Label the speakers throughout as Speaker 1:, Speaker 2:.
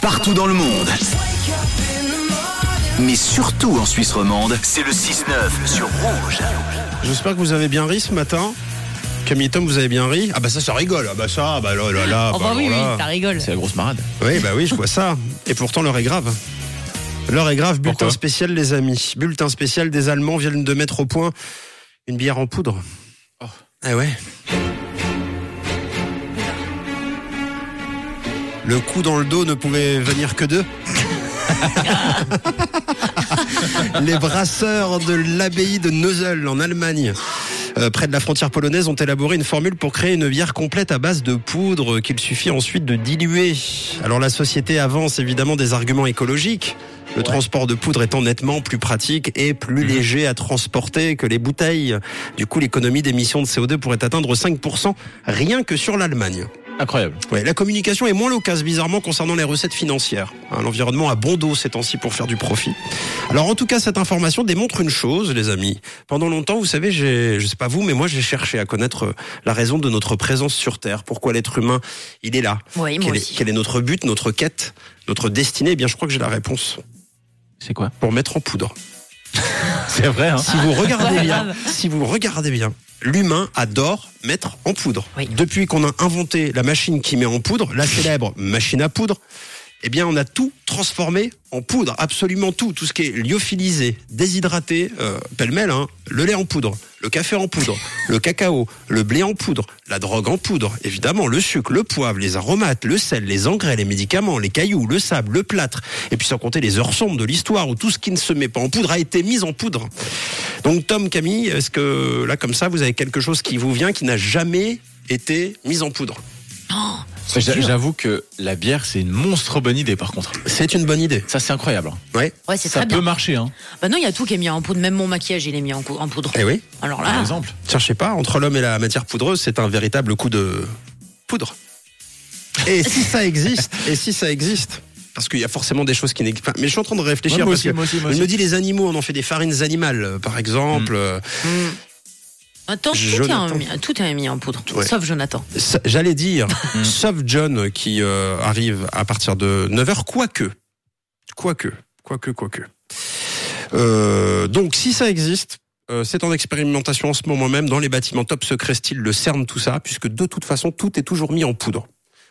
Speaker 1: partout dans le monde. Mais surtout en Suisse romande, c'est le 6-9 sur Rouge.
Speaker 2: J'espère que vous avez bien ri ce matin. Camille et Tom, vous avez bien ri Ah bah ça, ça rigole. Ah bah ça, bah là, là, là.
Speaker 3: Oh bah
Speaker 2: bah
Speaker 3: oui, oui,
Speaker 2: alors
Speaker 3: ça
Speaker 2: là.
Speaker 3: rigole.
Speaker 4: C'est la grosse marade.
Speaker 2: Oui, bah oui, je vois ça. Et pourtant, l'heure est grave. L'heure est grave. Bulletin
Speaker 4: Pourquoi
Speaker 2: spécial, les amis. Bulletin spécial des Allemands viennent de mettre au point une bière en poudre.
Speaker 4: Oh.
Speaker 2: Ah ouais. Le coup dans le dos ne pouvait venir que d'eux. les brasseurs de l'abbaye de Neuzel en Allemagne. euh, près de la frontière polonaise ont élaboré une formule pour créer une bière complète à base de poudre euh, qu'il suffit ensuite de diluer. Alors la société avance évidemment des arguments écologiques, le transport de poudre étant nettement plus pratique et plus léger à transporter que les bouteilles. Du coup, l'économie d'émissions de CO2 pourrait atteindre 5% rien que sur l'Allemagne.
Speaker 4: Incroyable.
Speaker 2: Ouais, la communication est moins loquace, bizarrement, concernant les recettes financières. Hein, L'environnement a bon dos ces temps-ci pour faire du profit. Alors, en tout cas, cette information démontre une chose, les amis. Pendant longtemps, vous savez, j'ai, je sais pas vous, mais moi, j'ai cherché à connaître euh, la raison de notre présence sur Terre. Pourquoi l'être humain, il est là
Speaker 3: Oui, moi
Speaker 2: quel,
Speaker 3: aussi.
Speaker 2: est, quel est notre but, notre quête, notre destinée Eh bien, je crois que j'ai la réponse.
Speaker 4: C'est quoi
Speaker 2: Pour mettre en poudre.
Speaker 4: C'est vrai, hein
Speaker 2: Si vous regardez
Speaker 3: Ouais,
Speaker 2: bien,
Speaker 3: grave.
Speaker 2: si vous regardez bien, l'humain adore mettre en poudre.
Speaker 3: Oui.
Speaker 2: Depuis qu'on a inventé la machine qui met en poudre, la célèbre machine à poudre, eh bien, on a tout transformé en poudre, absolument tout, tout ce qui est lyophilisé, déshydraté, euh, pêle-mêle, hein, le lait en poudre, le café en poudre, le cacao, le blé en poudre, la drogue en poudre, évidemment, le sucre, le poivre, les aromates, le sel, les engrais, les médicaments, les cailloux, le sable, le plâtre, et puis sans compter les heures sombres de l'histoire où tout ce qui ne se met pas en poudre a été mis en poudre. Donc Tom, Camille, est-ce que là comme ça, vous avez quelque chose qui vous vient qui n'a jamais été mis en poudre
Speaker 4: J'a- J'avoue que la bière, c'est une monstre bonne idée, par contre.
Speaker 2: C'est une bonne idée.
Speaker 4: Ça, c'est incroyable. hein.
Speaker 2: Ouais.
Speaker 3: Ouais, c'est
Speaker 4: Ça
Speaker 3: très
Speaker 4: peut
Speaker 3: bien.
Speaker 4: marcher, hein,
Speaker 3: Bah non, il y a tout qui est mis en poudre. Même mon maquillage, il est mis en, cou- en poudre.
Speaker 2: Eh oui.
Speaker 3: Alors
Speaker 4: par
Speaker 3: là,
Speaker 4: exemple.
Speaker 2: Cherchez pas, entre l'homme et la matière poudreuse, c'est un véritable coup de poudre. Et si ça existe Et si ça existe Parce qu'il y a forcément des choses qui n'existent pas. Mais je suis en train de réfléchir
Speaker 4: Ouais, moi
Speaker 2: parce
Speaker 4: aussi,
Speaker 2: que
Speaker 4: moi aussi, moi
Speaker 2: je me
Speaker 4: aussi.
Speaker 2: dis
Speaker 4: Mm.
Speaker 2: les animaux, on en fait des farines animales, euh, par exemple. Euh,
Speaker 3: Hmm. attends, tout est,
Speaker 2: Jonathan.
Speaker 3: en- mis- tout est mis en poudre.
Speaker 2: Ouais.
Speaker 3: Sauf Jonathan.
Speaker 2: ça- J'allais dire, sauf John qui euh, arrive à partir de 9h, quoique. Quoique, quoique, quoique. Euh, donc, si ça existe, euh, c'est en expérimentation en ce moment même dans les bâtiments top secret style le CERN, tout ça, puisque de toute façon, tout est toujours mis en poudre.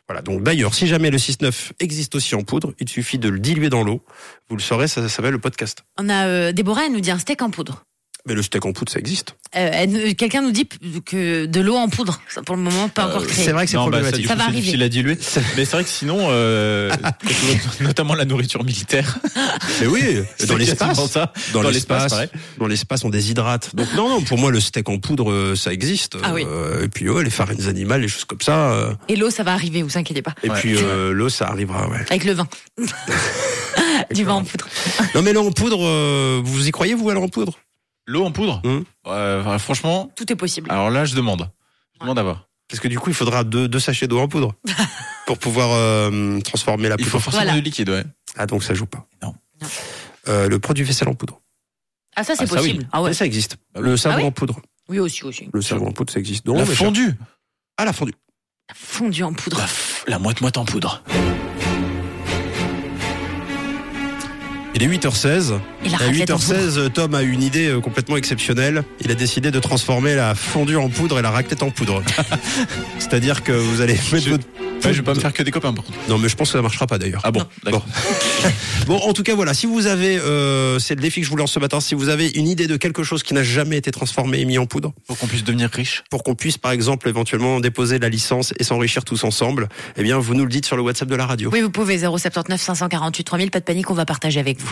Speaker 2: Voilà, donc d'ailleurs, si jamais le 6-9 existe aussi en poudre, il suffit de le diluer dans l'eau. Vous le saurez, ça s'appelle le podcast.
Speaker 3: On a euh, Déborah, elle nous dit un steak en poudre.
Speaker 2: Mais le steak en poudre, ça existe.
Speaker 3: Euh, elle- Quelqu'un nous dit p- que de l'eau en poudre. Ça, pour le moment, pas encore créé.
Speaker 2: Euh, C'est vrai que c'est
Speaker 4: Non, bah,
Speaker 2: problématique.
Speaker 4: du
Speaker 3: Ça
Speaker 4: coup,
Speaker 3: va
Speaker 4: c'est
Speaker 3: arriver.
Speaker 4: difficile à diluer. Mais c'est vrai que sinon, euh, notamment la nourriture militaire,
Speaker 2: Mais oui, dans
Speaker 4: c'est
Speaker 2: l'espace.
Speaker 4: quasiment ça.
Speaker 2: dans,
Speaker 4: Dans
Speaker 2: l'espace,
Speaker 4: l'espace, pareil.
Speaker 2: dans l'espace, on déshydrate. Donc non, non, pour moi, le steak en poudre, euh, ça existe.
Speaker 3: Ah oui.
Speaker 2: Euh, et puis ouais, les farines animales, les choses comme ça. euh,
Speaker 3: Et l'eau, ça va arriver, vous inquiétez pas.
Speaker 2: et
Speaker 4: Ouais.
Speaker 2: puis euh, l'eau, ça arrivera. Ouais.
Speaker 3: Avec le vin. du vin en poudre.
Speaker 2: Non mais l'eau en poudre, euh, vous y croyez vous à l'eau en poudre
Speaker 4: L'eau en poudre
Speaker 2: Hmm.
Speaker 4: Euh, enfin, Franchement,
Speaker 3: Tout est
Speaker 2: Ah.
Speaker 3: possible.
Speaker 4: alors là, je demande. Je demande à voir.
Speaker 2: Parce que du coup, il faudra deux, deux sachets d'eau en poudre pour pouvoir euh, transformer la
Speaker 4: Il
Speaker 2: poudre.
Speaker 4: faut forcément
Speaker 3: Voilà.
Speaker 4: du liquide, ouais.
Speaker 2: Ah donc ça joue pas.
Speaker 4: Non.
Speaker 3: Non.
Speaker 2: Euh, le produit vaisselle en poudre.
Speaker 3: Ah, ça, c'est
Speaker 4: Ah, ça, oui.
Speaker 3: possible. Ah ouais.
Speaker 2: Ça existe.
Speaker 4: Ah oui.
Speaker 2: Le savon
Speaker 3: Ah oui
Speaker 2: en poudre.
Speaker 3: Oui, aussi, aussi.
Speaker 2: Le savon en poudre, ça existe. Non,
Speaker 4: La
Speaker 2: mais-
Speaker 4: fondue
Speaker 2: Ah la fondue.
Speaker 3: Fondu en poudre.
Speaker 4: La,
Speaker 2: Ah.
Speaker 4: f- la moite-moite en poudre.
Speaker 2: Il est 8h16.
Speaker 3: Et la
Speaker 2: À
Speaker 3: raclette en poudre.
Speaker 2: 8h16, Tom a eu une idée euh, complètement exceptionnelle. Il a décidé de transformer la fondue en poudre et la raclette en poudre. C'est-à-dire que vous allez mettre
Speaker 4: Je-
Speaker 2: votre...
Speaker 4: Ouais, je vais pas me faire Ah. que des copains, par contre.
Speaker 2: Non, mais je pense que ça marchera pas d'ailleurs.
Speaker 4: Ah bon, d'accord.
Speaker 2: Bon, en tout cas, voilà. Si vous avez, euh, c'est le défi que je vous lance ce matin. Si vous avez une idée de quelque chose qui n'a jamais été transformé et mis en poudre,
Speaker 4: Pour qu'on puisse devenir riche.
Speaker 2: pour qu'on puisse, par exemple, éventuellement déposer la licence et s'enrichir tous ensemble, eh bien, vous nous le dites sur le WhatsApp de la radio.
Speaker 3: Oui, vous pouvez 079 548 3000. Pas de panique, on va partager avec vous.